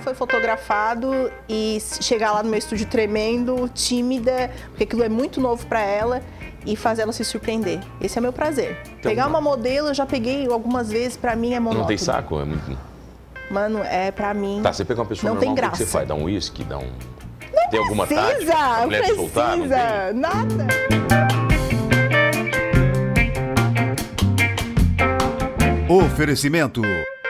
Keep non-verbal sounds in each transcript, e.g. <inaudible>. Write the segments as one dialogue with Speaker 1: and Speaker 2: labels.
Speaker 1: foi fotografado e chegar lá no meu estúdio tremendo, tímida, porque aquilo é muito novo para ela e fazer ela se surpreender. Esse é meu prazer. pegar uma modelo, eu já peguei algumas vezes, para mim é monótono.
Speaker 2: Então Não tem saco? É muito...
Speaker 1: Mano, é para mim.
Speaker 2: Tá, você pega uma pessoa
Speaker 1: Não tem
Speaker 2: normal, o que que
Speaker 1: graça.
Speaker 2: você faz? Dá um uísque? Dá um...
Speaker 1: Não
Speaker 2: tem alguma
Speaker 1: precisa,
Speaker 2: tática? A mulher
Speaker 1: precisa,
Speaker 2: te soltar? Não tem?
Speaker 1: nada.
Speaker 3: Oferecimento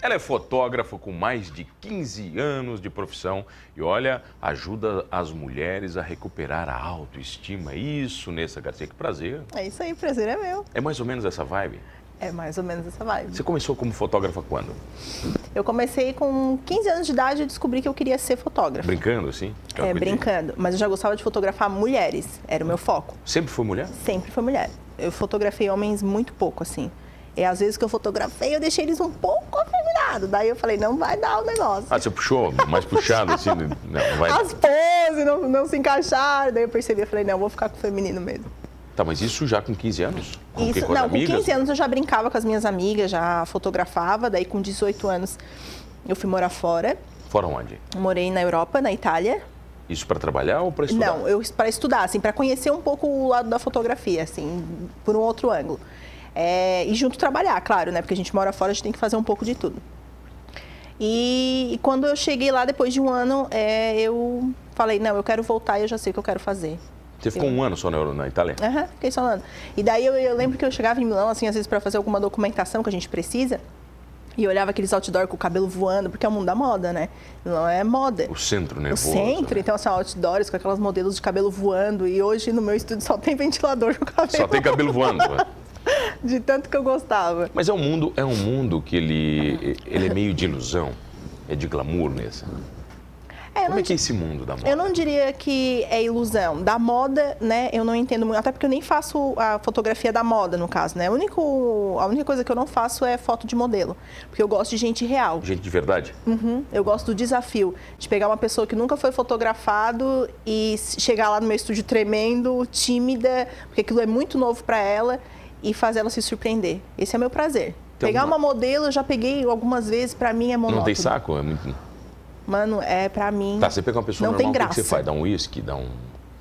Speaker 2: Ela é fotógrafa com mais de 15 anos de profissão e, olha, ajuda as mulheres a recuperar a autoestima. Isso, Nessa Garcia, que prazer.
Speaker 1: É isso aí, prazer é meu.
Speaker 2: É mais ou menos essa vibe?
Speaker 1: É mais ou menos essa vibe.
Speaker 2: Você começou como fotógrafa quando?
Speaker 1: Eu comecei com 15 anos de idade e descobri que eu queria ser fotógrafa.
Speaker 2: Brincando, assim? Aquela
Speaker 1: É,
Speaker 2: coisa de-
Speaker 1: brincando. Mas eu já gostava de fotografar mulheres, era o meu foco.
Speaker 2: Sempre foi mulher?
Speaker 1: Sempre foi mulher. Eu fotografei homens muito pouco, assim. E às vezes que eu fotografei, eu deixei eles um pouco afeminados. Daí eu falei, não vai dar o negócio.
Speaker 2: Ah, você puxou mais puxado, assim? Não, vai...
Speaker 1: As poses não, não se encaixaram. Daí eu percebi, eu falei, não, vou ficar com o feminino mesmo.
Speaker 2: Tá, mas isso já com 15 anos? Com o quê?
Speaker 1: Isso,
Speaker 2: as
Speaker 1: não, com
Speaker 2: amigas?
Speaker 1: 15 anos eu já brincava com as minhas amigas, já fotografava. Daí com 18 anos eu fui morar fora.
Speaker 2: Fora onde?
Speaker 1: Morei na Europa, na Itália.
Speaker 2: Isso pra trabalhar ou pra estudar?
Speaker 1: Não, eu para estudar, assim, para conhecer um pouco o lado da fotografia, assim, por um outro ângulo. É, e junto trabalhar, claro, né? Porque a gente mora fora, a gente tem que fazer um pouco de tudo. E, e quando eu cheguei lá, depois de um ano, é, eu falei, não, eu quero voltar e eu já sei o que eu quero fazer.
Speaker 2: Você ficou um ano só na, na Itália?
Speaker 1: Aham, fiquei falando. E daí eu, eu lembro que eu chegava em Milão, assim, às vezes para fazer alguma documentação que a gente precisa, e eu olhava aqueles outdoor com o cabelo voando, porque é o mundo da moda, né? Milão é moda.
Speaker 2: O centro
Speaker 1: O
Speaker 2: nervoso.
Speaker 1: centro,
Speaker 2: né?
Speaker 1: então, assim, outdoors com aquelas modelos de cabelo voando. E hoje no meu estúdio só tem <laughs> ventilador no cabelo.
Speaker 2: Só tem cabelo voando. né?
Speaker 1: <laughs> De tanto que eu gostava.
Speaker 2: Mas é um mundo, é um mundo que ele, ele é meio de ilusão, é de glamour nessa.
Speaker 1: É, eu
Speaker 2: Como
Speaker 1: não,
Speaker 2: é que é esse mundo da moda?
Speaker 1: eu não diria que é ilusão. Da moda, né, eu não entendo muito. Até porque eu nem faço a fotografia da moda, no caso, né? O único, a única coisa que eu não faço é foto de modelo. Porque eu gosto de gente real.
Speaker 2: Gente de verdade?
Speaker 1: Uhum. Eu gosto do desafio de pegar uma pessoa que nunca foi fotografado e s- chegar lá no meu estúdio tremendo, tímida, porque aquilo é muito novo para ela e fazer ela se surpreender. Esse é meu prazer.
Speaker 2: Tem
Speaker 1: pegar
Speaker 2: alguma-
Speaker 1: uma modelo, eu já peguei algumas vezes, para mim é monótono.
Speaker 2: Então, é. Não tem saco? É muito...
Speaker 1: Mano, é para mim.
Speaker 2: Tá, você pega uma pessoa
Speaker 1: Não tem
Speaker 2: normal, o que que você
Speaker 1: graça.
Speaker 2: faz? Dá um uísque? Dá um...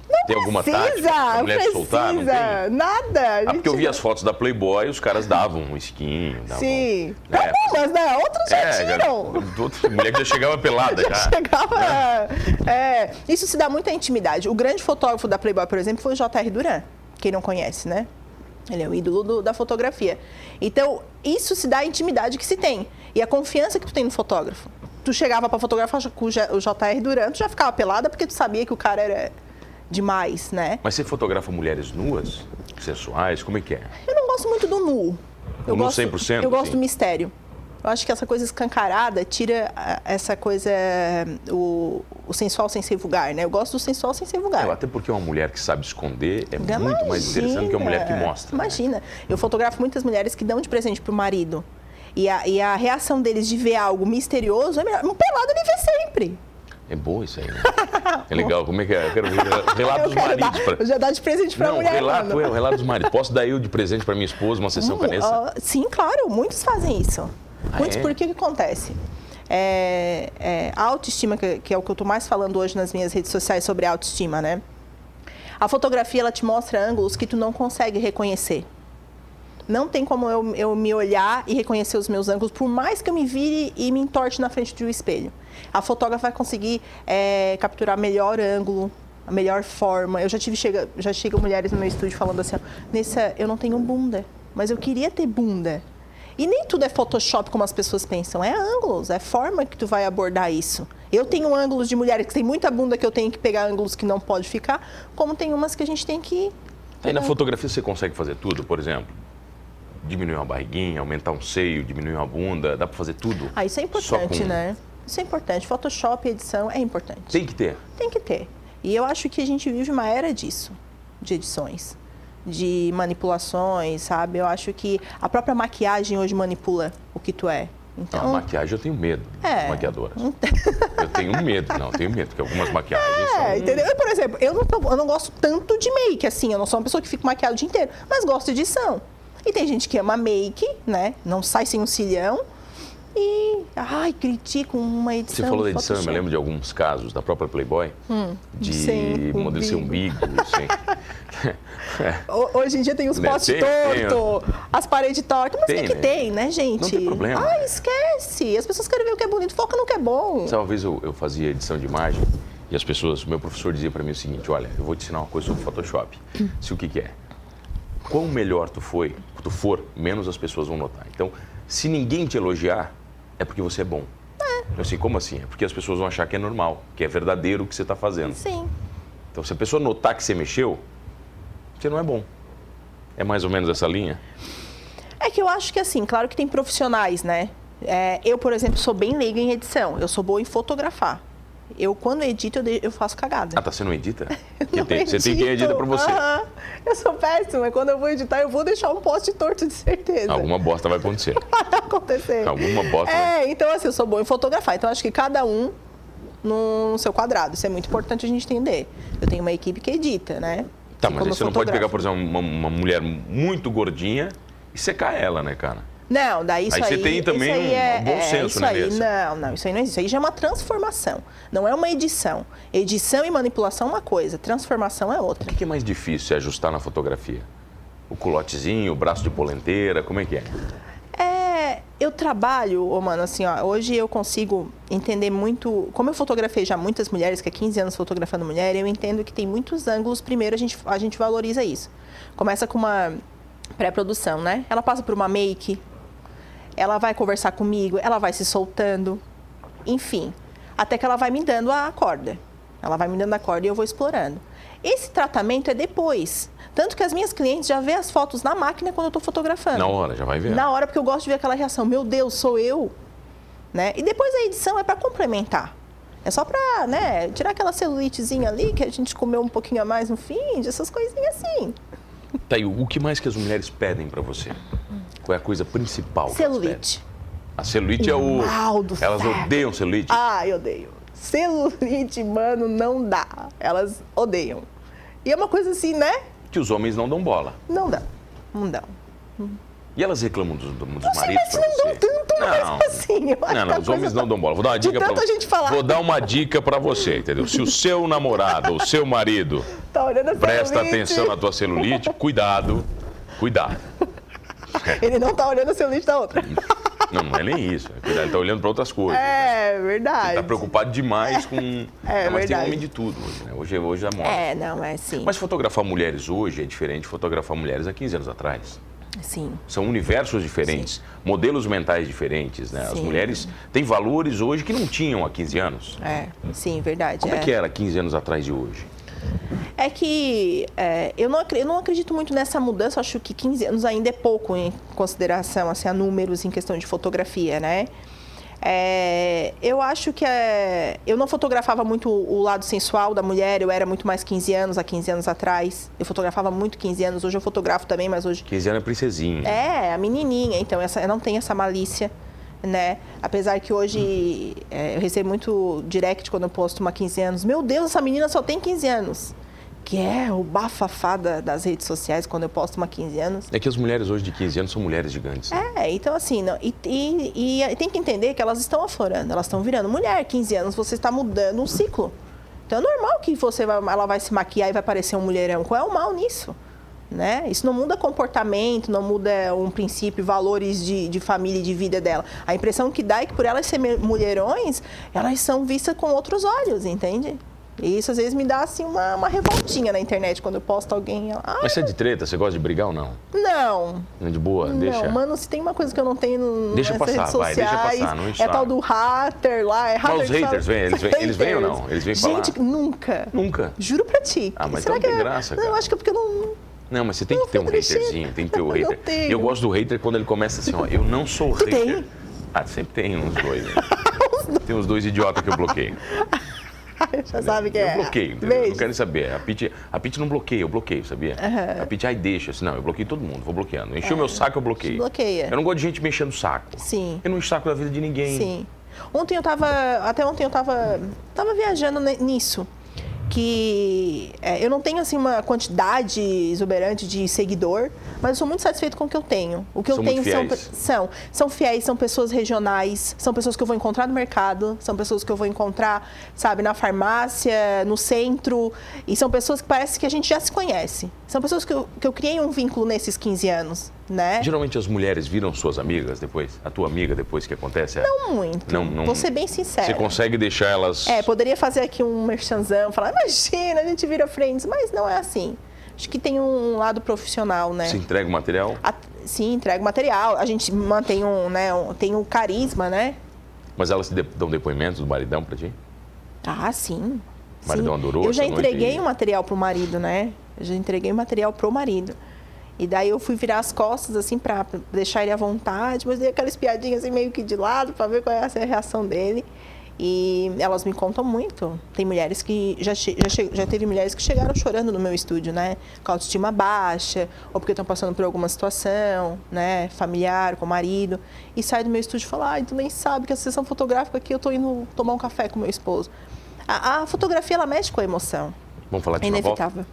Speaker 2: Não tem alguma
Speaker 1: precisa,
Speaker 2: tática? pra mulher
Speaker 1: precisa,
Speaker 2: se soltar? Não tem?
Speaker 1: nada.
Speaker 2: Ah, porque eu vi as fotos da Playboy, os caras davam um esquinho, davam...
Speaker 1: Sim.
Speaker 2: É,
Speaker 1: Algumas, né? Outros já
Speaker 2: é,
Speaker 1: tiram.
Speaker 2: outra mulher que já chegava
Speaker 1: <laughs>
Speaker 2: pelada já.
Speaker 1: Chegava. É, isso se dá muito à intimidade. O grande fotógrafo da Playboy, por exemplo, foi o J.R. Duran. Quem não conhece, né? Ele é o ídolo do- da fotografia. Então, isso se dá à intimidade que se tem. E a confiança que tu tem no fotógrafo. Tu chegava pra fotografar com o J- o J.R. Duran, tu já ficava pelada porque tu sabia que o cara era demais, né?
Speaker 2: Mas você fotografa mulheres nuas, sensuais, como é que é?
Speaker 1: Eu não gosto muito do nu. Eu
Speaker 2: Nu
Speaker 1: gosto,
Speaker 2: 100%,
Speaker 1: Eu gosto
Speaker 2: sim.
Speaker 1: do mistério. Eu acho que essa coisa escancarada tira ah, essa coisa, o, o sensual sem ser vulgar, né? Eu gosto do sensual sem ser vulgar.
Speaker 2: É, até porque uma mulher que sabe esconder é muito mais interessante que uma mulher que mostra. né?
Speaker 1: Imagina. Eu fotografo muitas mulheres que dão de presente pro marido. E a, e a reação deles de ver algo misterioso é melhor. Um pelado ele vê sempre.
Speaker 2: É boa isso aí.
Speaker 1: <laughs>
Speaker 2: né? É legal, como é que é? Eu quero ver relato
Speaker 1: eu
Speaker 2: dos
Speaker 1: quero
Speaker 2: maridos.
Speaker 1: dar,
Speaker 2: pra-
Speaker 1: eu já dá de presente pra
Speaker 2: Não,
Speaker 1: mulher.
Speaker 2: relato
Speaker 1: mano.
Speaker 2: eu, relato dos maridos. Posso dar eu de presente pra minha esposa uma sessão com a Nessa?
Speaker 1: Ah, sim, claro, muitos fazem isso.
Speaker 2: Ah,
Speaker 1: muitos,
Speaker 2: é?
Speaker 1: porque o que acontece? É, é, a autoestima, que, que é o que eu estou mais falando hoje nas minhas redes sociais sobre autoestima, né? A fotografia, ela te mostra ângulos que tu não consegue reconhecer. Não tem como eu, eu me olhar e reconhecer os meus ângulos, por mais que eu me vire e me entorte na frente de um espelho. A fotógrafa vai conseguir é, capturar melhor ângulo, a melhor forma. Eu já tive chega, já chegam mulheres no meu estúdio falando assim, ó, Nessa, eu não tenho bunda, mas eu queria ter bunda. E nem tudo é Photoshop como as pessoas pensam, é ângulos, é forma que tu vai abordar isso. Eu tenho ângulos de mulheres que tem muita bunda que eu tenho que pegar ângulos que não pode ficar, como tem umas que a gente tem que
Speaker 2: Aí na fotografia você consegue fazer tudo, por exemplo? Diminuir uma barriguinha, aumentar um seio, diminuir uma bunda, dá pra fazer tudo?
Speaker 1: Ah, isso é
Speaker 2: Só
Speaker 1: importante,
Speaker 2: com-
Speaker 1: né? Isso é importante. Photoshop, edição, é importante.
Speaker 2: Tem que ter.
Speaker 1: Tem que ter. E eu acho que a gente vive uma era disso, de edições, de manipulações, sabe? Eu acho que a própria maquiagem hoje manipula o que tu é.
Speaker 2: Então, a maquiagem eu tenho medo
Speaker 1: É.
Speaker 2: das maquiadoras. Eu tenho medo, não, eu tenho medo, porque
Speaker 1: <laughs>
Speaker 2: algumas maquiagens
Speaker 1: É,
Speaker 2: são...
Speaker 1: entendeu? Eu, Por exemplo, eu não, tô- eu não gosto tanto de make, assim, eu não sou uma pessoa que fica maquiada o dia inteiro, mas gosto de edição. E tem gente que ama make, né? Não sai sem um cilhão. E, ai, critico uma edição.
Speaker 2: Você falou
Speaker 1: do
Speaker 2: da edição, eu me
Speaker 1: Photoshop.
Speaker 2: lembro de alguns casos da própria Playboy, de
Speaker 1: sem
Speaker 2: modelo sem umbigo, sem...
Speaker 1: Ho- Hoje em dia tem os
Speaker 2: Né,
Speaker 1: potes
Speaker 2: tem, tem,
Speaker 1: tortos, as paredes tortas. Mas o
Speaker 2: Tem,
Speaker 1: que, que
Speaker 2: né?
Speaker 1: tem, né, gente?
Speaker 2: Não tem problema.
Speaker 1: Ai, esquece. As pessoas querem ver o que é bonito, foca no que é bom.
Speaker 2: Sabe, uma vez eu, eu fazia edição de imagem e as pessoas, meu professor dizia para mim o seguinte: olha, eu vou te ensinar uma coisa sobre Photoshop. Se o que, que é? Quão melhor tu foi, tu for, menos as pessoas vão notar. Então, se ninguém te elogiar, é porque você é bom. Eu sei como assim? É porque as pessoas vão achar que é normal, que é verdadeiro o que você está fazendo.
Speaker 1: Sim.
Speaker 2: Então, se a pessoa notar que você mexeu, você não é bom. É mais ou menos essa linha?
Speaker 1: É que eu acho que assim, claro que tem profissionais, né? É, eu, por exemplo, sou bem leiga em edição. Eu sou boa em fotografar. Eu, quando edito, eu, de- eu faço cagada.
Speaker 2: Ah, tá, você não
Speaker 1: <laughs>
Speaker 2: edita? Que
Speaker 1: Não é Ah,
Speaker 2: tem- você tem quem edita
Speaker 1: edito.
Speaker 2: pra você.
Speaker 1: Aham. Eu sou péssima. Quando eu vou editar, eu vou deixar um poste torto de certeza.
Speaker 2: Alguma bosta
Speaker 1: <laughs>
Speaker 2: vai acontecer.
Speaker 1: Vai acontecer.
Speaker 2: Alguma bosta,
Speaker 1: É, então assim, eu sou boa em fotografar. Então acho que cada um no seu quadrado. Isso é muito importante a gente entender. Eu tenho uma equipe que edita, né?
Speaker 2: Tá,
Speaker 1: Assim
Speaker 2: mas aí
Speaker 1: como eu
Speaker 2: você não pode pegar,
Speaker 1: fotografo.
Speaker 2: por exemplo, uma, uma mulher muito gordinha e secar ela, né, cara?
Speaker 1: Não, daí isso
Speaker 2: Aí
Speaker 1: aí.
Speaker 2: você tem
Speaker 1: isso
Speaker 2: também
Speaker 1: aí
Speaker 2: um
Speaker 1: é,
Speaker 2: bom
Speaker 1: é,
Speaker 2: senso,
Speaker 1: isso
Speaker 2: né,
Speaker 1: aí,
Speaker 2: Vanessa?
Speaker 1: Não, não, isso aí não existe. Isso aí já é uma transformação. Não é uma edição. Edição e manipulação é uma coisa, transformação é outra.
Speaker 2: O que que é mais difícil se ajustar na fotografia? O culotezinho, o braço de polenteira, como é que é?
Speaker 1: É, eu trabalho, ô mano, assim, ó, hoje eu consigo entender muito. Como eu fotografei já muitas mulheres, que há 15 anos fotografando mulher, eu entendo que tem muitos ângulos. Primeiro, a gente, a gente valoriza isso. Começa com uma pré-produção, né? Ela passa por uma make, ela vai conversar comigo, ela vai se soltando, enfim. Até que ela vai me dando a corda. Ela vai me dando a corda e eu vou explorando. Esse tratamento é depois. Tanto que as minhas clientes já vê as fotos na máquina quando eu estou fotografando.
Speaker 2: Na hora, já vai ver.
Speaker 1: Ah, Na hora, porque eu gosto de ver aquela reação, meu Deus, sou eu. Né? E depois a edição é para complementar. É só para né, tirar aquela celulitezinha ali que a gente comeu um pouquinho a mais no fim, essas coisinhas assim.
Speaker 2: Tá, e o o que mais que as mulheres pedem pra você? Qual é a coisa principal? que elas
Speaker 1: Celulite.
Speaker 2: pedem? A celulite é o...
Speaker 1: Uau, do
Speaker 2: Elas
Speaker 1: saco.
Speaker 2: odeiam celulite.
Speaker 1: Ah, eu odeio. Celulite, mano, não dá. Elas odeiam. E é uma coisa assim, né?
Speaker 2: Que os homens não dão bola.
Speaker 1: Não dá. Não dá.
Speaker 2: E elas reclamam dos, dos maridos
Speaker 1: Sim, mas
Speaker 2: pra
Speaker 1: não dão
Speaker 2: você.
Speaker 1: tanto
Speaker 2: Não.
Speaker 1: mais assim. Eu acho
Speaker 2: Não,
Speaker 1: que a
Speaker 2: não, os
Speaker 1: coisa
Speaker 2: homens
Speaker 1: tá-
Speaker 2: não dão bola. Vou dar uma
Speaker 1: De
Speaker 2: dica pra um-
Speaker 1: tanta gente falar.
Speaker 2: Vou dar uma dica pra você, entendeu? Se o seu namorado, o
Speaker 1: <laughs>
Speaker 2: seu marido
Speaker 1: Tá olhando a
Speaker 2: presta
Speaker 1: celulite.
Speaker 2: atenção na tua celulite, cuidado, cuidado.
Speaker 1: Ele não tá olhando a celulite da outra.
Speaker 2: Não, não é nem isso. é cuidado, ele tá olhando pra outras coisas.
Speaker 1: É, verdade.
Speaker 2: Tá preocupado demais com.
Speaker 1: <laughs> É,
Speaker 2: Não, mas tem
Speaker 1: verdade.
Speaker 2: homem de tudo hoje, né? Hoje, hoje é moda.
Speaker 1: É, não, é sim.
Speaker 2: Mas fotografar mulheres hoje é diferente de fotografar mulheres há 15 anos atrás.
Speaker 1: Sim.
Speaker 2: São universos diferentes, modelos mentais diferentes, né? As
Speaker 1: Sim.
Speaker 2: mulheres têm valores hoje que não tinham há 15 anos.
Speaker 1: É, sim, verdade.
Speaker 2: Como é que era 15 anos atrás de hoje?
Speaker 1: É que é, eu, não, acre- eu não acredito muito nessa mudança, acho que 15 anos ainda é pouco em consideração assim, a números em questão de fotografia, né? É, eu acho que é, eu não fotografava muito o lado sensual da mulher, eu era muito mais 15 anos há 15 anos atrás. Eu fotografava muito 15 anos, hoje eu fotografo também, mas hoje
Speaker 2: 15 anos é princesinha.
Speaker 1: É, a menininha, então, essa, não tem essa malícia, né? Apesar que hoje é, eu recebo muito direct quando eu posto uma 15 anos. Meu Deus, essa menina só tem 15 anos. Que é o bafafá da- das redes sociais quando eu posto uma 15 anos.
Speaker 2: É que as mulheres hoje de 15 anos são mulheres gigantes. né?
Speaker 1: É, então assim, não- e, e- e tem que entender que elas estão aflorando, elas estão virando mulher, 15 anos, você está mudando um ciclo. Então é normal que você vai- ela vai se maquiar e vai parecer um mulherão. Qual é o mal nisso? Né? Isso não muda comportamento, não muda um princípio, valores de, de família e de vida dela. A impressão que dá é que por elas serem mulherões, elas são vistas com outros olhos, entende? E isso às vezes me dá assim uma, uma revoltinha na internet quando eu posto alguém. Ela, "Ah,
Speaker 2: Mas você é de treta, você gosta de brigar ou não?
Speaker 1: não,
Speaker 2: Não é De boa, deixa.
Speaker 1: não, mano, se tem uma coisa que eu não tenho no-
Speaker 2: Deixa
Speaker 1: nas
Speaker 2: passar,
Speaker 1: redes
Speaker 2: vai,
Speaker 1: sociais,
Speaker 2: deixa passar, não
Speaker 1: é
Speaker 2: instala.
Speaker 1: tal do hater lá, é hater
Speaker 2: os
Speaker 1: que fala-
Speaker 2: haters vêm, eles vêm- eles vêm
Speaker 1: <laughs>
Speaker 2: ou não? Eles vêm
Speaker 1: Gente,
Speaker 2: falar?
Speaker 1: nunca.
Speaker 2: Nunca.
Speaker 1: Juro pra ti.
Speaker 2: Ah, mas
Speaker 1: Será
Speaker 2: então
Speaker 1: que
Speaker 2: tem
Speaker 1: é-
Speaker 2: graça,
Speaker 1: Não,
Speaker 2: cara.
Speaker 1: acho que é porque eu não... <laughs>
Speaker 2: Não, mas você tem
Speaker 1: Não,
Speaker 2: que ter um
Speaker 1: Pedro, chega.
Speaker 2: haterzinho, tem que ter o
Speaker 1: Não <laughs>
Speaker 2: hater.
Speaker 1: tenho.
Speaker 2: Eu gosto do hater quando ele começa assim, ó, eu não sou
Speaker 1: Tu
Speaker 2: hater.
Speaker 1: tem? <laughs>
Speaker 2: Ah, sempre tem uns dois. né? tem uns dois idiotas que eu bloqueio.
Speaker 1: Já sabe quem
Speaker 2: eu
Speaker 1: <laughs> é.
Speaker 2: bloqueio, entendeu?
Speaker 1: Beijo.
Speaker 2: Não quero nem saber. A Pete, a Pete não bloqueia, eu bloqueio, sabia? A Pete, ai, deixa. Assim, não, eu bloqueio todo mundo, vou bloqueando. Encheu meu saco, eu bloqueio.
Speaker 1: Bloqueia.
Speaker 2: Eu não gosto de gente mexendo o saco.
Speaker 1: É. Sim.
Speaker 2: Eu não encho o saco da vida de ninguém.
Speaker 1: Sim. Ontem eu tava. Até ontem eu tava. Tava viajando ne- nisso. Que é, eu não tenho assim uma quantidade exuberante de seguidor, mas eu sou muito satisfeito com o que eu tenho. O que eu
Speaker 2: São
Speaker 1: tenho
Speaker 2: muito
Speaker 1: são,
Speaker 2: fiéis.
Speaker 1: pe- são são fiéis, são pessoas regionais, são pessoas que eu vou encontrar no mercado, são pessoas que eu vou encontrar, sabe, na farmácia, no centro, e são pessoas que parece que a gente já se conhece. São pessoas que eu, que eu criei um vínculo nesses 15 anos, né?
Speaker 2: Geralmente as mulheres viram suas amigas depois? A tua amiga depois que acontece? é?
Speaker 1: Não muito.
Speaker 2: Não, não-
Speaker 1: Vou ser bem sincera.
Speaker 2: Você consegue deixar elas.
Speaker 1: É, poderia fazer aqui um merchanzão, falar, imagina, a gente vira friends, mas não é assim. Acho que tem um lado profissional, né?
Speaker 2: Se entrega o material,
Speaker 1: A- sim, entrega o material, a gente mantém um, né, um- tem um carisma, né?
Speaker 2: mas elas te de- dão depoimentos do maridão pra ti?
Speaker 1: Ah, sim. sim.
Speaker 2: Maridão adorou
Speaker 1: Eu já
Speaker 2: essa noite
Speaker 1: entreguei
Speaker 2: aí.
Speaker 1: o um material pro marido, né? Eu já entreguei o material pro marido. E daí eu fui virar as costas, assim, pra deixar ele à vontade, mas dei aquelas piadinhas assim, meio que de lado, pra ver qual é a reação dele. E elas me contam muito. Tem mulheres que. Já, che- já, che- já teve mulheres que chegaram chorando no meu estúdio, né? Com a autoestima baixa, ou porque estão passando por alguma situação, né? Familiar, com o marido. E sai do meu estúdio e fala: Ai, tu nem sabe que a sessão fotográfica aqui eu tô indo tomar um café com meu esposo. A, a fotografia, ela mexe com a emoção.
Speaker 2: Vamos falar
Speaker 1: É
Speaker 2: disso na volta?
Speaker 1: inevitável.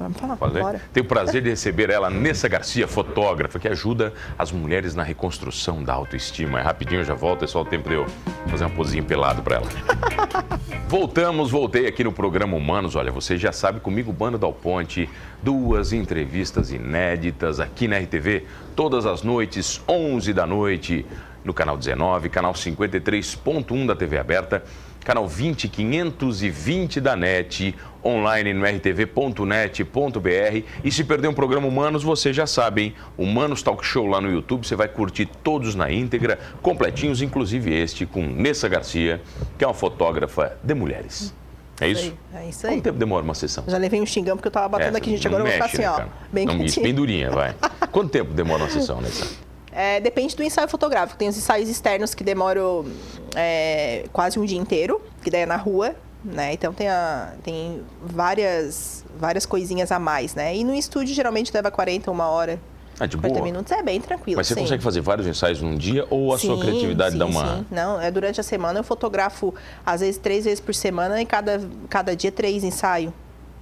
Speaker 1: Vamos falar,
Speaker 2: Valeu.
Speaker 1: bora.
Speaker 2: Tenho o prazer de receber ela, Nessa Garcia, fotógrafa, que ajuda as mulheres na reconstrução da autoestima. É rapidinho, eu já volto, é só o tempo de eu fazer uma posinha pelado pra ela. Voltamos, voltei aqui no programa Humanos. Olha, você já sabe, comigo, Bando Dal Ponte, duas entrevistas inéditas aqui na RTV, todas as noites, 11 da noite, no canal 19, canal 53.1 da TV Aberta, canal 20520 da NET, online no rtv.net.br. E se perder um programa Humanos, você já sabe, hein? Humanos Talk Show lá no YouTube, você vai curtir todos na íntegra, completinhos, inclusive este com Nessa Garcia, que é uma fotógrafa de mulheres. É isso?
Speaker 1: É isso aí.
Speaker 2: Quanto tempo demora uma sessão?
Speaker 1: Já levei um xingão porque eu tava batendo
Speaker 2: Essa,
Speaker 1: aqui, gente.
Speaker 2: não
Speaker 1: Agora eu vou ficar
Speaker 2: mexe,
Speaker 1: assim,
Speaker 2: né,
Speaker 1: ó.
Speaker 2: cara?
Speaker 1: Bem
Speaker 2: não, isso,
Speaker 1: quietinho.
Speaker 2: bem durinha, vai. Quanto tempo demora uma sessão nessa?
Speaker 1: É, depende do ensaio fotográfico. Tem os ensaios externos que demoram é, quase um dia inteiro, que daí é na rua, né? Então tem, a- tem várias, várias coisinhas a mais, né? E no estúdio geralmente leva 40, uma hora,
Speaker 2: Ah, de
Speaker 1: 40
Speaker 2: boa.
Speaker 1: minutos. É bem tranquilo.
Speaker 2: Mas você
Speaker 1: sim.
Speaker 2: consegue fazer vários ensaios num dia ou a sua
Speaker 1: Sim,
Speaker 2: criatividade
Speaker 1: sim,
Speaker 2: dá uma.
Speaker 1: sim. Não, é durante a semana eu fotografo às vezes três vezes por semana e cada, cada dia três ensaios,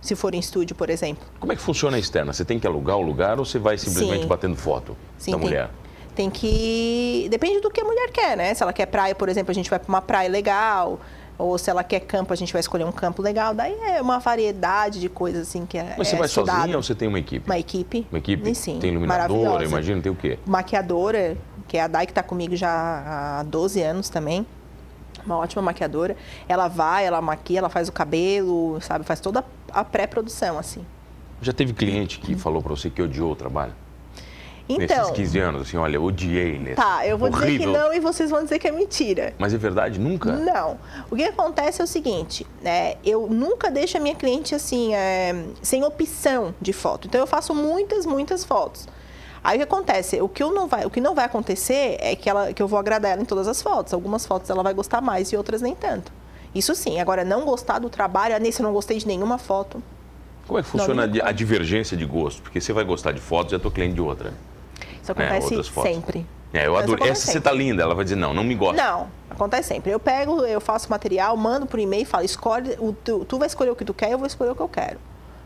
Speaker 1: se for em estúdio, por exemplo.
Speaker 2: Como é que funciona a externa? Você tem que alugar o lugar ou você vai simplesmente
Speaker 1: Sim.
Speaker 2: batendo foto
Speaker 1: Sim,
Speaker 2: da
Speaker 1: tem-
Speaker 2: mulher?
Speaker 1: Tem que. Depende do que a mulher quer, né? Se ela quer praia, por exemplo, a gente vai pra uma praia legal. Ou se ela quer campo, a gente vai escolher um campo legal. Daí é uma variedade de coisas assim que é.
Speaker 2: Mas
Speaker 1: é
Speaker 2: você vai
Speaker 1: estudada.
Speaker 2: sozinha ou você tem uma equipe?
Speaker 1: Uma equipe.
Speaker 2: Uma equipe?
Speaker 1: E Sim.
Speaker 2: tem iluminadora,
Speaker 1: maravilhosa.
Speaker 2: imagina, tem o quê?
Speaker 1: Maquiadora, que é a Dai que tá comigo já há 12 anos também. Uma ótima maquiadora. Ela vai, ela maquia, ela faz o cabelo, sabe? Faz toda a pré-produção, assim.
Speaker 2: Já teve cliente que falou pra você que odiou o trabalho? Nesses
Speaker 1: Uhum. Então.
Speaker 2: 15 anos, assim, olha, eu odiei nesse.
Speaker 1: Tá, eu vou dizer que
Speaker 2: Horrível.
Speaker 1: não e vocês vão dizer que é mentira.
Speaker 2: Mas é verdade? Nunca?
Speaker 1: Não. O que acontece é o seguinte, né? Eu nunca deixo a minha cliente assim, é, sem opção de foto. Então eu faço muitas, muitas fotos. Aí o que acontece? O que, eu não vai, o que não vai acontecer é que, ela, que eu vou agradar ela em todas as fotos. Algumas fotos ela vai gostar mais e outras nem tanto. Isso sim. Agora, não gostar do trabalho, ah, nesse eu não gostei de nenhuma foto.
Speaker 2: Como é que
Speaker 1: Não,
Speaker 2: funciona a
Speaker 1: nunca.
Speaker 2: di- a divergência de gosto? Porque você vai gostar de fotos e a tua cliente de outra.
Speaker 1: Isso acontece
Speaker 2: É, outras fotos.
Speaker 1: sempre.
Speaker 2: É, eu
Speaker 1: Mas
Speaker 2: adoro.
Speaker 1: acontece
Speaker 2: Essa você tá linda. Ela vai dizer, não, não me gosta.
Speaker 1: Não, acontece sempre. Eu pego, eu faço material, mando por e-mail, falo, escolhe, o tu, tu vai escolher o que tu quer, eu vou escolher o que eu quero.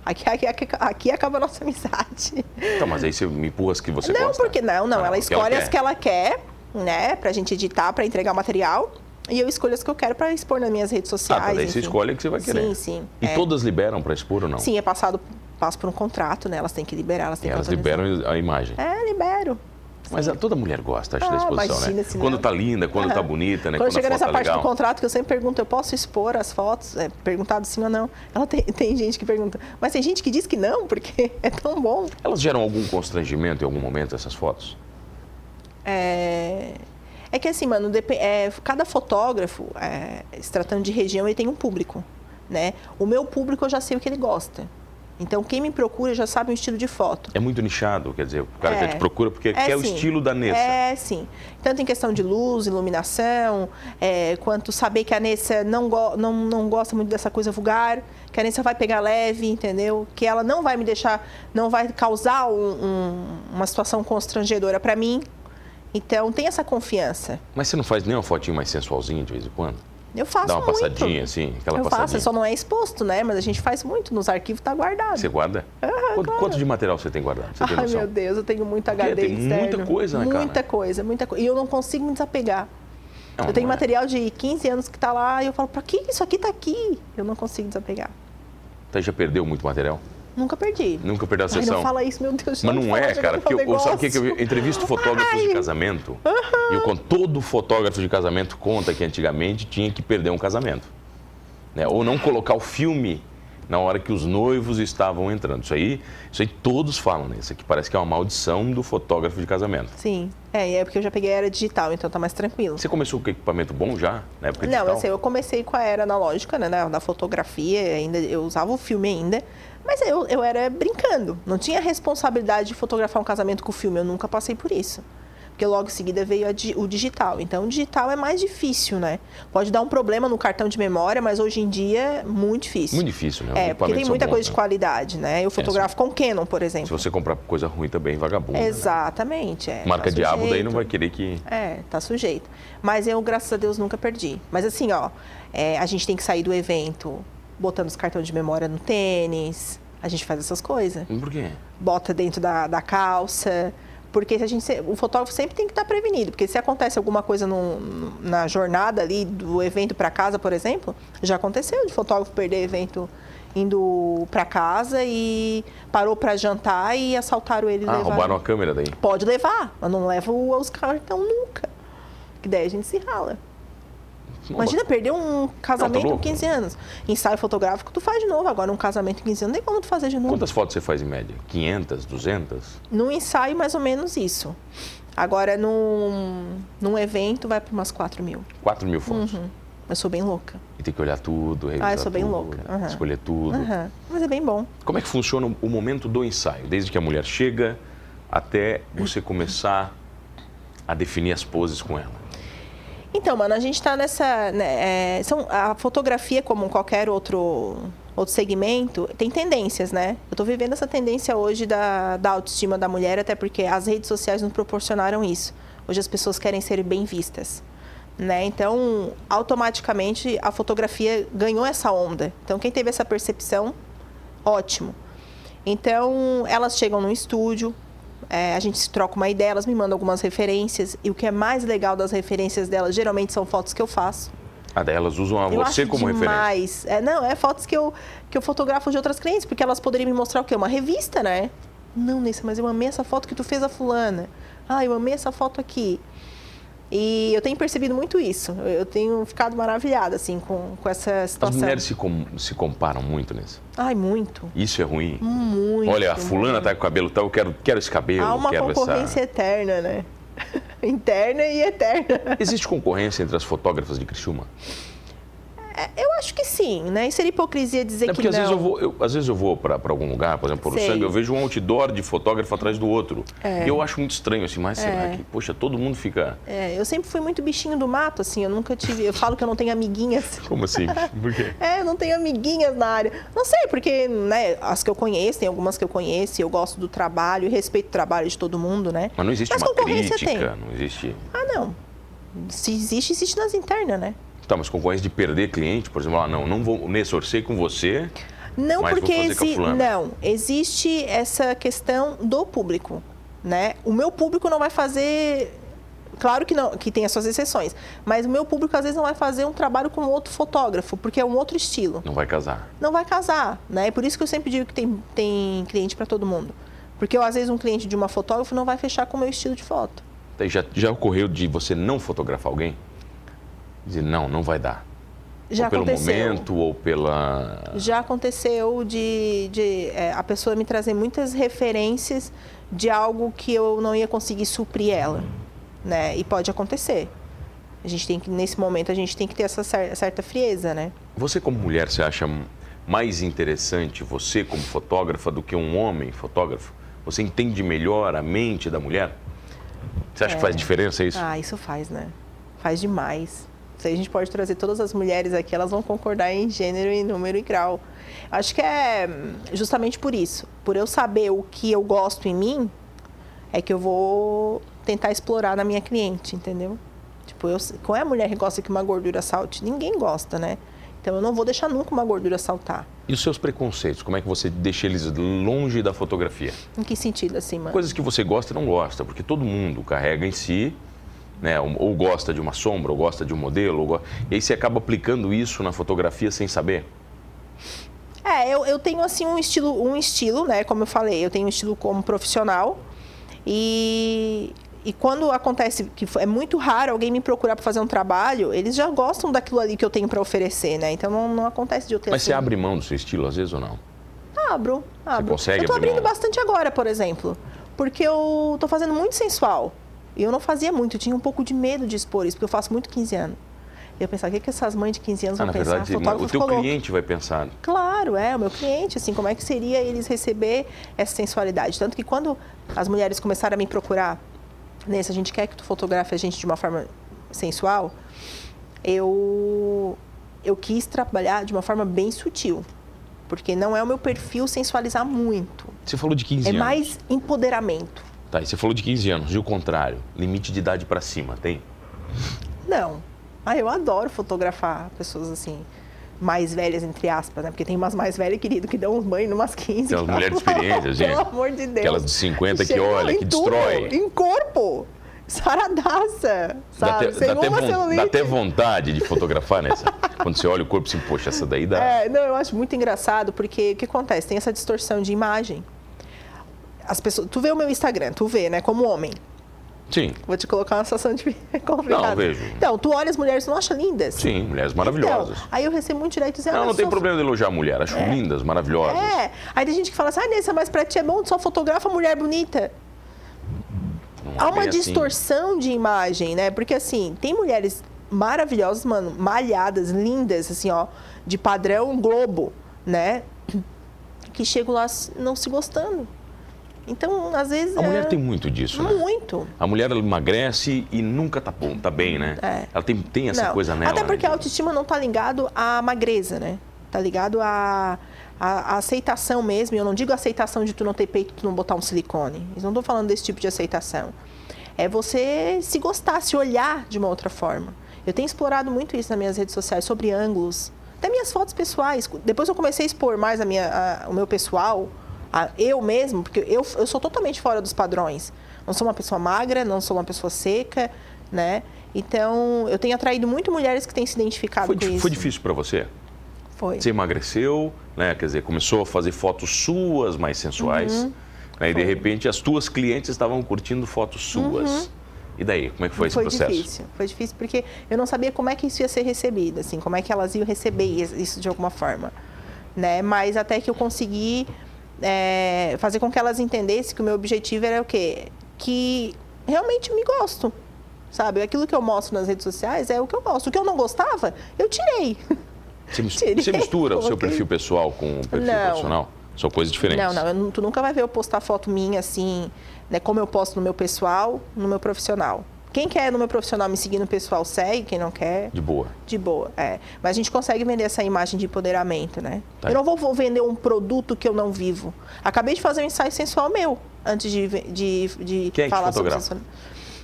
Speaker 1: Aqui, aqui, aqui, aqui acaba a nossa <laughs> amizade.
Speaker 2: Então, mas aí você me empurra as que você
Speaker 1: não,
Speaker 2: gosta.
Speaker 1: porque não, não.
Speaker 2: Ah,
Speaker 1: ela
Speaker 2: o
Speaker 1: escolhe
Speaker 2: quer.
Speaker 1: as que ela quer, né? Pra gente editar, pra entregar o material. E eu escolho as que eu quero pra expor nas minhas redes
Speaker 2: Ah,
Speaker 1: sociais.
Speaker 2: tá, daí
Speaker 1: enfim.
Speaker 2: você escolhe a que você vai querer. Então.
Speaker 1: Sim, sim.
Speaker 2: E
Speaker 1: é.
Speaker 2: todas liberam pra expor ou não?
Speaker 1: Sim, é passado, passo por um contrato, né? Elas têm que liberar, elas
Speaker 2: E
Speaker 1: têm que
Speaker 2: elas
Speaker 1: autorizar.
Speaker 2: liberam a imagem.
Speaker 1: É, libero.
Speaker 2: Mas a- toda mulher gosta, acho, da
Speaker 1: Ah,
Speaker 2: exposição,
Speaker 1: imagina
Speaker 2: né?
Speaker 1: se não.
Speaker 2: Quando tá linda, quando tá bonita, né?
Speaker 1: Quando
Speaker 2: a
Speaker 1: chega
Speaker 2: foto
Speaker 1: nessa
Speaker 2: tá
Speaker 1: parte
Speaker 2: legal.
Speaker 1: do contrato, que eu sempre pergunto, eu posso expor as fotos? É, perguntado sim ou não. <laughs> Ela tem, tem gente que pergunta, mas tem gente que diz que não, <laughs> porque é tão bom.
Speaker 2: Elas geram algum constrangimento em algum momento, essas fotos?
Speaker 1: É, é que assim, mano, depe- é, cada fotógrafo, é, se tratando de região, ele tem um público, né? O meu público, eu já sei o que ele gosta. Então, quem me procura já sabe o estilo de foto.
Speaker 2: É muito nichado, quer dizer, o cara
Speaker 1: É.
Speaker 2: que te procura porque quer o
Speaker 1: sim.
Speaker 2: estilo da Nessa.
Speaker 1: É, sim. Tanto em questão de luz, iluminação, é, quanto saber que a Nessa não, go- não, não gosta muito dessa coisa vulgar, que a Nessa vai pegar leve, entendeu? Que ela não vai me deixar, não vai causar um- um- uma situação constrangedora para mim. Então, tem essa confiança.
Speaker 2: Mas você não faz nem uma fotinho mais sensualzinha de vez em quando?
Speaker 1: Eu faço
Speaker 2: Dá uma
Speaker 1: muito.
Speaker 2: passadinha, assim, aquela
Speaker 1: Eu
Speaker 2: passadinha.
Speaker 1: faço, só não é exposto, né? Mas a gente faz muito, nos arquivos tá guardado.
Speaker 2: Você guarda? quanto, quanto de material você tem guardado? Você tem
Speaker 1: Ai,
Speaker 2: noção?
Speaker 1: meu Deus, eu tenho muito HD
Speaker 2: tem
Speaker 1: externo.
Speaker 2: muita coisa, né, cara?
Speaker 1: Muita coisa, muita coisa. E eu não consigo me desapegar.
Speaker 2: Não,
Speaker 1: eu tenho
Speaker 2: não é.
Speaker 1: material de 15 anos que tá lá e eu falo, pra que isso aqui tá aqui? Eu não consigo desapegar.
Speaker 2: Tá, já perdeu muito material?
Speaker 1: Nunca perdi.
Speaker 2: Nunca perdeu a
Speaker 1: Ai,
Speaker 2: sessão?
Speaker 1: não fala isso, meu Deus.
Speaker 2: Mas
Speaker 1: já
Speaker 2: não
Speaker 1: fala, já
Speaker 2: é, cara,
Speaker 1: vai
Speaker 2: porque
Speaker 1: dar um
Speaker 2: eu, sabe o que, que eu
Speaker 1: negócio.
Speaker 2: entrevisto fotógrafos de
Speaker 1: Ai.
Speaker 2: casamento e eu conto, todo fotógrafo de casamento conta que antigamente tinha que perder um casamento. né? Ou não colocar o filme na hora que os noivos estavam entrando. Isso aí, isso aí todos falam nisso, que parece que é uma maldição do fotógrafo de casamento.
Speaker 1: Sim, é, e é porque eu já peguei a era digital, então tá mais tranquilo.
Speaker 2: Você começou com equipamento bom já? Na época
Speaker 1: Não,
Speaker 2: digital?
Speaker 1: assim, eu comecei com a era analógica, né, da, da fotografia, ainda eu usava o filme ainda, mas eu, eu era brincando, não tinha responsabilidade de fotografar um casamento com filme, eu nunca passei por isso. Porque logo em seguida veio a di- o digital. Então, o digital é mais difícil, né? Pode dar um problema no cartão de memória, mas hoje em dia é muito difícil.
Speaker 2: Muito difícil, né? Os
Speaker 1: É, porque
Speaker 2: equipamentos
Speaker 1: tem
Speaker 2: são
Speaker 1: muita
Speaker 2: bons,
Speaker 1: coisa de
Speaker 2: né?
Speaker 1: qualidade, né? Eu fotografo com Canon, por
Speaker 2: Se
Speaker 1: exemplo.
Speaker 2: você comprar coisa ruim também, vagabundo. né?
Speaker 1: Exatamente. É,
Speaker 2: Marca
Speaker 1: tá
Speaker 2: diabo, daí
Speaker 1: sujeito.
Speaker 2: não vai querer que...
Speaker 1: É, tá sujeito. Mas eu, graças a Deus, nunca perdi. Mas assim, ó, é, a gente tem que sair do evento botando os cartões de memória no tênis. A gente faz essas coisas.
Speaker 2: Por quê? Ah,
Speaker 1: Bota dentro da, da calça. Porque se a gente, se- o fotógrafo sempre tem que estar prevenido. Porque se acontece alguma coisa num- na jornada ali, do evento para casa, por exemplo, já aconteceu de fotógrafo perder evento indo para casa e parou para jantar e assaltaram ele e
Speaker 2: Ah,
Speaker 1: levaram.
Speaker 2: roubaram a câmera daí.
Speaker 1: Pode levar, mas não leva o- os cartão nunca. Que daí a gente se rala. Imagina perder um casamento com
Speaker 2: tá louco.
Speaker 1: 15 anos. Ensaio fotográfico, tu faz de novo. Agora, um casamento com 15 anos, nem como tu fazer de novo.
Speaker 2: Quantas fotos você faz em média? 500, 200?
Speaker 1: Num ensaio, mais ou menos isso. Agora, num, num evento, vai para umas 4 mil.
Speaker 2: 4 mil fotos.
Speaker 1: Eu sou bem louca.
Speaker 2: E tem que olhar tudo, revisar
Speaker 1: Uhum. Ah, eu sou bem
Speaker 2: tudo,
Speaker 1: louca. Aham.
Speaker 2: escolher tudo.
Speaker 1: Aham. Mas é bem bom.
Speaker 2: Como é que funciona o momento do ensaio? Desde que a mulher chega até você começar a definir as poses com ela.
Speaker 1: Então, mano, a gente tá nessa. né, é, são, a fotografia, como qualquer outro, outro segmento, tem tendências, né? Eu tô vivendo essa tendência hoje da, da autoestima da mulher, até porque as redes sociais nos proporcionaram isso. Hoje as pessoas querem ser bem vistas. Né? Então, automaticamente a fotografia ganhou essa onda. Então, quem teve essa percepção, ótimo. Então, elas chegam no estúdio, é, a gente se troca uma ideia, elas me mandam algumas referências. E o que é mais legal das referências delas, geralmente são fotos que eu faço.
Speaker 2: Ah, daí elas usam a
Speaker 1: eu
Speaker 2: você
Speaker 1: acho
Speaker 2: como referência.
Speaker 1: demais. É, não, é fotos que eu, que eu fotografo de outras clientes, porque elas poderiam me mostrar o quê? Uma revista, né? Não, Nessa, mas eu amei essa foto que tu fez a fulana. Ah, eu amei essa foto aqui. E eu tenho percebido muito isso. Eu- Eu tenho ficado maravilhada, assim, com, com essa
Speaker 2: As
Speaker 1: situação.
Speaker 2: mulheres se, com- se comparam muito nisso.
Speaker 1: Ai, muito.
Speaker 2: Isso é ruim.
Speaker 1: Muito.
Speaker 2: Olha, a fulana tá com o cabelo tal, eu quero, quero esse cabelo,
Speaker 1: Há uma
Speaker 2: quero
Speaker 1: concorrência
Speaker 2: essa...
Speaker 1: eterna, né? <laughs> Interna e eterna.
Speaker 2: Existe concorrência entre as fotógrafas de Criciúma?
Speaker 1: Eu acho que sim, né? E seria hipocrisia dizer
Speaker 2: É
Speaker 1: que
Speaker 2: porque às
Speaker 1: não.
Speaker 2: vezes eu vou, eu- às vezes eu vou para algum lugar, por exemplo, por
Speaker 1: Sei.
Speaker 2: sangue, eu vejo um outdoor de fotógrafo atrás do outro.
Speaker 1: É.
Speaker 2: E eu acho muito estranho, assim, mas será
Speaker 1: É.
Speaker 2: que, poxa, todo mundo fica.
Speaker 1: É, eu sempre fui muito bichinho do mato, assim. Eu nunca tive. Eu falo que eu não tenho amiguinhas. <laughs>
Speaker 2: Como assim? <laughs> Por quê?
Speaker 1: É, eu não tenho amiguinhas na área. Não sei, porque, né, as que eu conheço, tem algumas que eu conheço, e eu gosto do trabalho, eu respeito o trabalho de todo mundo, né?
Speaker 2: Mas não existe
Speaker 1: Mas
Speaker 2: uma
Speaker 1: concorrência
Speaker 2: crítica,
Speaker 1: tem.
Speaker 2: não existe.
Speaker 1: Ah, não. Se existe, existe nas internas, né?
Speaker 2: Tá, mas concorrência de perder cliente, por exemplo, ah, não, não vou nesse orcei com você.
Speaker 1: Não
Speaker 2: Mas vou
Speaker 1: porque
Speaker 2: fazer com a
Speaker 1: exi-
Speaker 2: fulana.
Speaker 1: não existe essa questão do público, né? O meu público não vai fazer, claro que não, que tem as suas exceções, mas o meu público às vezes não vai fazer um trabalho com outro fotógrafo porque é um outro estilo,
Speaker 2: Não vai casar.
Speaker 1: não vai casar, né? É por isso que eu sempre digo que tem, tem cliente para todo mundo, porque eu, às vezes um cliente de uma fotógrafa não vai fechar com o meu estilo de foto.
Speaker 2: Tá, e Já, já ocorreu de você não fotografar alguém? Dizer, não, não vai dar.
Speaker 1: Já
Speaker 2: ou pelo
Speaker 1: aconteceu.
Speaker 2: momento, ou pela.
Speaker 1: Já aconteceu de, de, é, a pessoa me trazer muitas referências de algo que eu não ia conseguir suprir ela, né? E pode acontecer. A gente tem que nesse momento a gente tem que ter essa cer- certa frieza, né?
Speaker 2: Você como mulher, você acha m- mais interessante você como fotógrafa do que um homem fotógrafo? Você entende melhor a mente da mulher? Você acha
Speaker 1: É.
Speaker 2: que faz diferença isso?
Speaker 1: Ah, isso faz, né? Faz demais. Isso aí a gente pode trazer todas as mulheres aqui, elas vão concordar em gênero, em número e grau. Acho que é hum, justamente por isso. Por eu saber o que eu gosto em mim, é que eu vou tentar explorar na minha cliente, entendeu? Tipo, eu, qual é a mulher que gosta que uma gordura salte? Ninguém gosta, né? Então eu não vou deixar nunca uma gordura saltar.
Speaker 2: E os seus preconceitos, como é que você deixa eles longe da fotografia?
Speaker 1: Em que sentido, assim, mano?
Speaker 2: Coisas que você gosta e não gosta, porque todo mundo carrega em si, né? um- Ou gosta de uma sombra, ou gosta de um modelo, ou go... e aí você acaba aplicando isso na fotografia sem saber.
Speaker 1: É, eu, eu tenho assim um estilo, um estilo, né? Como eu falei, eu tenho um estilo como profissional. E, e quando acontece que é muito raro alguém me procurar para fazer um trabalho, eles já gostam daquilo ali que eu tenho para oferecer, né? Então não, não acontece de eu ter
Speaker 2: Mas você
Speaker 1: assim,
Speaker 2: abre mão do seu estilo às vezes ou não?
Speaker 1: Abro, abro.
Speaker 2: consegue
Speaker 1: eu tô
Speaker 2: abrir
Speaker 1: abrindo
Speaker 2: mão?
Speaker 1: bastante agora, por exemplo. Porque eu tô fazendo muito sensual. E eu não fazia muito, eu tinha um pouco de medo de expor isso, porque eu faço muito 15 anos. E eu pensava, o que, que essas mães de 15 anos
Speaker 2: Ah,
Speaker 1: vão
Speaker 2: na
Speaker 1: pensar?
Speaker 2: verdade,
Speaker 1: Fotógrafo
Speaker 2: o teu
Speaker 1: ficou louco.
Speaker 2: cliente vai pensar.
Speaker 1: Claro, é, o meu cliente, assim, como é que seria eles receber essa sensualidade? Tanto que quando as mulheres começaram a me procurar, nesse, a gente quer que tu fotografe a gente de uma forma sensual, eu, eu quis trabalhar de uma forma bem sutil. Porque não é o meu perfil sensualizar muito.
Speaker 2: Você falou de 15
Speaker 1: É
Speaker 2: anos.
Speaker 1: mais empoderamento.
Speaker 2: Tá, e você falou de 15 anos, e o contrário? Limite de idade pra cima, tem?
Speaker 1: Não. Ah, eu adoro fotografar pessoas assim, mais velhas, entre aspas, né? Porque tem umas mais velhas, querido, que dão uns banhos numas 15.
Speaker 2: Tem umas mulheres experientes, gente.
Speaker 1: <laughs> Pelo amor de Deus.
Speaker 2: Aquelas de 50 que
Speaker 1: Chega
Speaker 2: olha,
Speaker 1: em
Speaker 2: que
Speaker 1: tudo,
Speaker 2: destrói.
Speaker 1: Em corpo. Saradaça.
Speaker 2: Dá
Speaker 1: Sabe?
Speaker 2: até,
Speaker 1: Sem
Speaker 2: dá até
Speaker 1: uma
Speaker 2: von-
Speaker 1: celulite.
Speaker 2: dá até vontade de
Speaker 1: <laughs>
Speaker 2: fotografar nessa. Quando você olha o corpo, assim, poxa, essa daí dá.
Speaker 1: É, não, eu acho muito engraçado, porque o que acontece? Tem essa distorção de imagem. As pessoas. Tu vê o meu Instagram, tu vê, né? Como homem.
Speaker 2: Sim,
Speaker 1: Vou te colocar uma situação de <laughs> complicada.
Speaker 2: Não, vejo.
Speaker 1: Então, tu olha as mulheres, tu não acha lindas?
Speaker 2: sim, mulheres
Speaker 1: Então,
Speaker 2: maravilhosas.
Speaker 1: aí eu recebo muito direto dizendo.
Speaker 2: não,
Speaker 1: "Ah,
Speaker 2: não tem
Speaker 1: sou-
Speaker 2: problema de elogiar a mulher, acho lindas, maravilhosas.
Speaker 1: É. Aí tem gente que fala assim, ah, Nessa, mas pra ti é bom, tu só fotografa mulher bonita.
Speaker 2: Não é
Speaker 1: Há uma
Speaker 2: bem assim.
Speaker 1: distorção de imagem, né? Porque assim, tem mulheres maravilhosas, mano, malhadas, lindas, assim, ó, de padrão globo, né? Que chegam lá não se gostando. Então, às vezes.
Speaker 2: A mulher
Speaker 1: é
Speaker 2: tem muito disso, né?
Speaker 1: muito.
Speaker 2: A mulher ela emagrece e nunca tá bom, tá bem, né?
Speaker 1: É.
Speaker 2: Ela tem, tem essa
Speaker 1: Não.
Speaker 2: coisa nela.
Speaker 1: Até porque a
Speaker 2: né?
Speaker 1: autoestima não tá ligado à magreza, né? Tá ligado à, à- à aceitação mesmo. E Eu não digo aceitação de tu não ter peito, tu não botar um silicone. Eu não tô falando desse tipo de aceitação. É você se gostar, se olhar de uma outra forma. Eu tenho explorado muito isso nas minhas redes sociais, sobre ângulos. Até minhas fotos pessoais. Depois eu comecei a expor mais a minha, a- o meu pessoal, a- eu mesmo, porque eu, eu sou totalmente fora dos padrões. Não sou uma pessoa magra, não sou uma pessoa seca, né? Então, eu tenho atraído muito mulheres que têm se identificado
Speaker 2: Foi,
Speaker 1: com
Speaker 2: di-
Speaker 1: isso.
Speaker 2: foi difícil pra você?
Speaker 1: Foi.
Speaker 2: Você emagreceu, né? Quer dizer, começou a fazer fotos suas mais sensuais.
Speaker 1: Uhum.
Speaker 2: Né? E de repente as tuas clientes estavam curtindo fotos suas. E daí, como é que foi, esse processo?
Speaker 1: difícil. Uhum. Foi difícil porque eu não sabia como é que isso ia ser recebido, assim, como é que elas iam receber is- isso de alguma forma, né? Mas até que eu consegui é, fazer com que elas entendessem que o meu objetivo era o quê? Que realmente me gosto, sabe? Aquilo que eu mostro nas redes sociais é o que eu gosto. O que eu não gostava, eu tirei.
Speaker 2: Você,
Speaker 1: <laughs>
Speaker 2: mis-
Speaker 1: Tirei,
Speaker 2: você mistura o seu
Speaker 1: coloquei.
Speaker 2: perfil pessoal com o perfil
Speaker 1: Não.
Speaker 2: profissional? São coisas diferentes.
Speaker 1: Não, não, eu não- tu nunca vai ver eu postar foto minha assim, né, como eu posto no meu pessoal, no meu profissional. Quem quer no meu profissional me seguir no pessoal segue, quem não quer,
Speaker 2: De boa.
Speaker 1: de boa. É. Mas a gente consegue vender essa imagem de empoderamento, né?
Speaker 2: Tá.
Speaker 1: Eu não vou- vou vender um produto que eu não vivo. Acabei de fazer um ensaio sensual meu antes de, ve- de, de
Speaker 2: Quem é que
Speaker 1: falar sobre
Speaker 2: fotografa?
Speaker 1: sensualidade.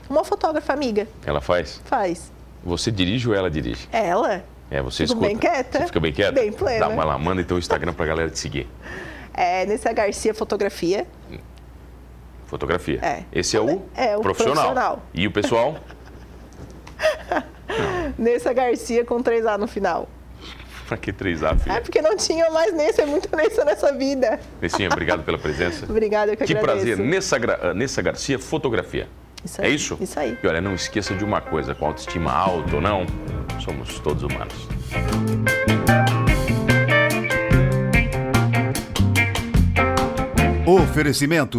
Speaker 1: Uma fotógrafa amiga
Speaker 2: Ela faz?
Speaker 1: faz.
Speaker 2: Você dirige ou ela dirige?
Speaker 1: Ela
Speaker 2: É, você
Speaker 1: Fico
Speaker 2: escuta.
Speaker 1: bem quieta.
Speaker 2: Você fica bem quieta?
Speaker 1: Bem plena.
Speaker 2: Dá uma lá, manda então o Instagram pra galera te seguir.
Speaker 1: é Nessa Garcia Fotografia.
Speaker 2: Fotografia.
Speaker 1: É.
Speaker 2: Esse é o,
Speaker 1: É, o profissional.
Speaker 2: E o pessoal? <laughs>
Speaker 1: Nessa Garcia com 3A no final.
Speaker 2: pra que 3A, filha?
Speaker 1: É porque não tinha mais Nessa, é muita Nessa nessa vida.
Speaker 2: Nessinha, obrigado pela presença.
Speaker 1: Obrigada, eu que,
Speaker 2: Que
Speaker 1: agradeço.
Speaker 2: prazer. Nessa, Gra- ah, Nessa Garcia, fotografia.
Speaker 1: Isso
Speaker 2: É
Speaker 1: aí,
Speaker 2: isso?
Speaker 1: Isso aí.
Speaker 2: E olha, não esqueça de uma coisa: com autoestima alta ou não, somos todos humanos.
Speaker 3: Oferecimento